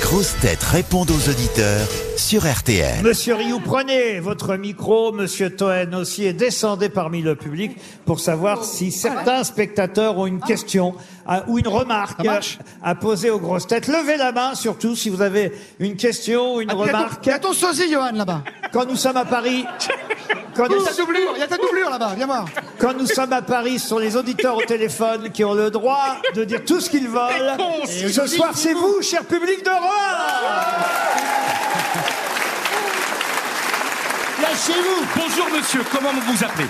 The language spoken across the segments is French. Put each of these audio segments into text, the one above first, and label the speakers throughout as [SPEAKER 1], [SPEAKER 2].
[SPEAKER 1] grosses têtes répondent aux auditeurs sur RTL.
[SPEAKER 2] Monsieur Rioux, prenez votre micro, Monsieur Toen aussi, et descendez parmi le public pour savoir si certains spectateurs ont une question à- ou une remarque à, à poser aux grosses têtes. Levez la main surtout si vous avez une question ou une
[SPEAKER 3] Il y a ton-
[SPEAKER 2] remarque.
[SPEAKER 3] Il y a ton sosie, Johan, là-bas.
[SPEAKER 2] Quand nous sommes à Paris, quand
[SPEAKER 3] Il y
[SPEAKER 2] nous,
[SPEAKER 3] a ta doublure, il y a ta doublure là-bas, viens voir.
[SPEAKER 2] quand nous sommes à Paris, ce sont les auditeurs au téléphone qui ont le droit de dire tout ce qu'ils veulent. Et ce soir, c'est vous, cher public d'Europe
[SPEAKER 4] Lâchez-vous Bonjour monsieur, comment vous vous appelez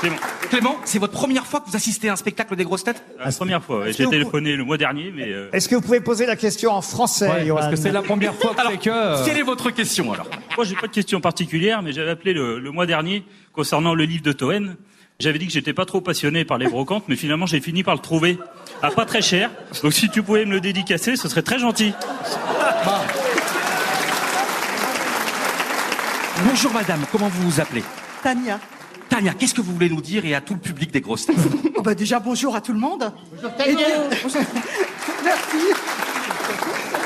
[SPEAKER 4] Clément. Clément, c'est votre première fois que vous assistez à un spectacle des grosses têtes
[SPEAKER 5] La première fois, ouais.
[SPEAKER 2] que
[SPEAKER 5] j'ai
[SPEAKER 2] vous-
[SPEAKER 5] téléphoné le mois dernier, mais euh,
[SPEAKER 2] Est-ce que vous pouvez poser la question en français, Johan
[SPEAKER 6] première fois
[SPEAKER 4] Alors, quelle est votre question alors
[SPEAKER 5] moi j'ai pas de question particulière, mais j'avais appelé le, le mois dernier concernant le livre de Toen. J'avais dit que j'étais pas trop passionné par les brocantes, mais finalement j'ai fini par le trouver à pas très cher. Donc si tu pouvais me le dédicacer, ce serait très gentil.
[SPEAKER 4] Bonjour madame, comment vous vous appelez
[SPEAKER 7] Tania.
[SPEAKER 4] Tania, qu'est-ce que vous voulez nous dire et à tout le public des grosses têtes
[SPEAKER 7] Oh bah déjà bonjour à tout le monde. Bonjour Tania. Merci.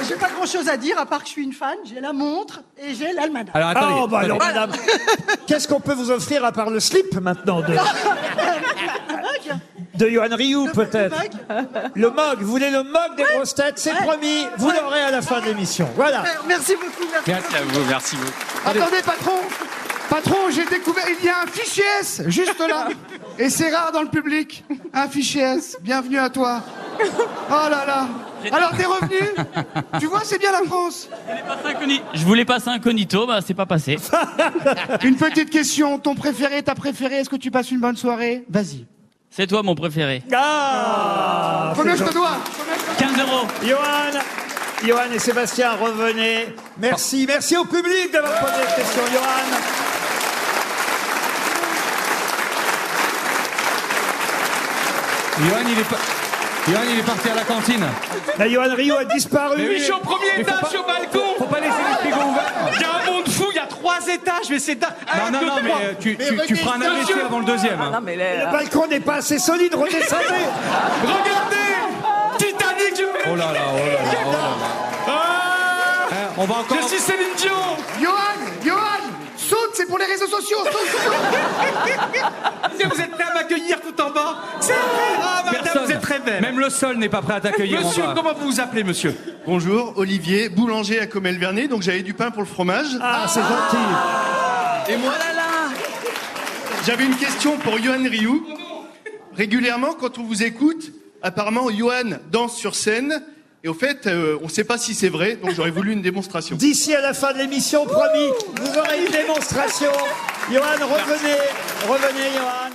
[SPEAKER 7] J'ai pas grand chose à dire à part que je suis une fan, j'ai la montre et j'ai l'almanach.
[SPEAKER 6] Alors
[SPEAKER 2] Ah,
[SPEAKER 6] attendez,
[SPEAKER 2] oh, bah alors,
[SPEAKER 6] attendez.
[SPEAKER 2] madame, qu'est-ce qu'on peut vous offrir à part le slip maintenant de, de Johan Rioux, peut-être Le mug, vous voulez le mug des grosses têtes C'est promis, vous l'aurez à la fin de l'émission. Voilà.
[SPEAKER 7] Merci beaucoup. Merci.
[SPEAKER 6] Merci à vous, merci beaucoup.
[SPEAKER 3] Attendez, patron. Patron, j'ai découvert, il y a un fichier S juste là. Et c'est rare dans le public. Un fichier S. Bienvenue à toi. Oh là là. Alors t'es revenu Tu vois, c'est bien la France.
[SPEAKER 8] Je voulais passer incognito, bah c'est pas passé.
[SPEAKER 3] Une petite question. Ton préféré, ta préférée, est-ce que tu passes une bonne soirée Vas-y.
[SPEAKER 8] C'est toi mon préféré.
[SPEAKER 2] Ah
[SPEAKER 3] Combien je te dois
[SPEAKER 8] 15 euros.
[SPEAKER 2] Johan Johan et Sébastien, revenez. Merci, merci au public d'avoir posé cette question, Johan.
[SPEAKER 6] Johan, il est, pas- Johan, il est parti à la cantine.
[SPEAKER 2] La Johan Rio a disparu.
[SPEAKER 4] Eh Je suis au premier
[SPEAKER 6] Mais faut
[SPEAKER 4] étage,
[SPEAKER 6] pas-
[SPEAKER 4] au balcon
[SPEAKER 6] Faut pas laisser les frigos ouverts.
[SPEAKER 4] Il y a un monde fou, il y a trois étages, mais c'est dingue
[SPEAKER 6] Non, non, non, mais euh, tu, tu, tu feras un AVC avant le deuxième. hein.
[SPEAKER 2] Le balcon n'est pas assez solide, redescendez.
[SPEAKER 4] Regardez Titanic, je Ah!
[SPEAKER 6] Oh là là, oh là là, oh là là. Hein, on va encore.
[SPEAKER 4] Je suis Céline Dion
[SPEAKER 3] Johan Johan Saute, c'est pour les réseaux sociaux. Saute, saute.
[SPEAKER 4] Vous êtes prêts à m'accueillir tout en bas C'est vrai Ah madame,
[SPEAKER 6] Personne.
[SPEAKER 4] vous êtes très belle
[SPEAKER 6] Même le sol n'est pas prêt à t'accueillir.
[SPEAKER 4] Monsieur,
[SPEAKER 6] on va.
[SPEAKER 4] comment vous vous appelez monsieur
[SPEAKER 9] Bonjour, Olivier, boulanger à Comel-Vernet, donc j'avais du pain pour le fromage.
[SPEAKER 2] Ah, c'est gentil.
[SPEAKER 9] Et moi, j'avais une question pour Johan Rioux. Régulièrement, quand on vous écoute, apparemment, Johan danse sur scène. Et au fait, euh, on ne sait pas si c'est vrai, donc j'aurais voulu une démonstration.
[SPEAKER 2] D'ici à la fin de l'émission, promis, vous aurez une démonstration. Johan, revenez. Revenez, Johan.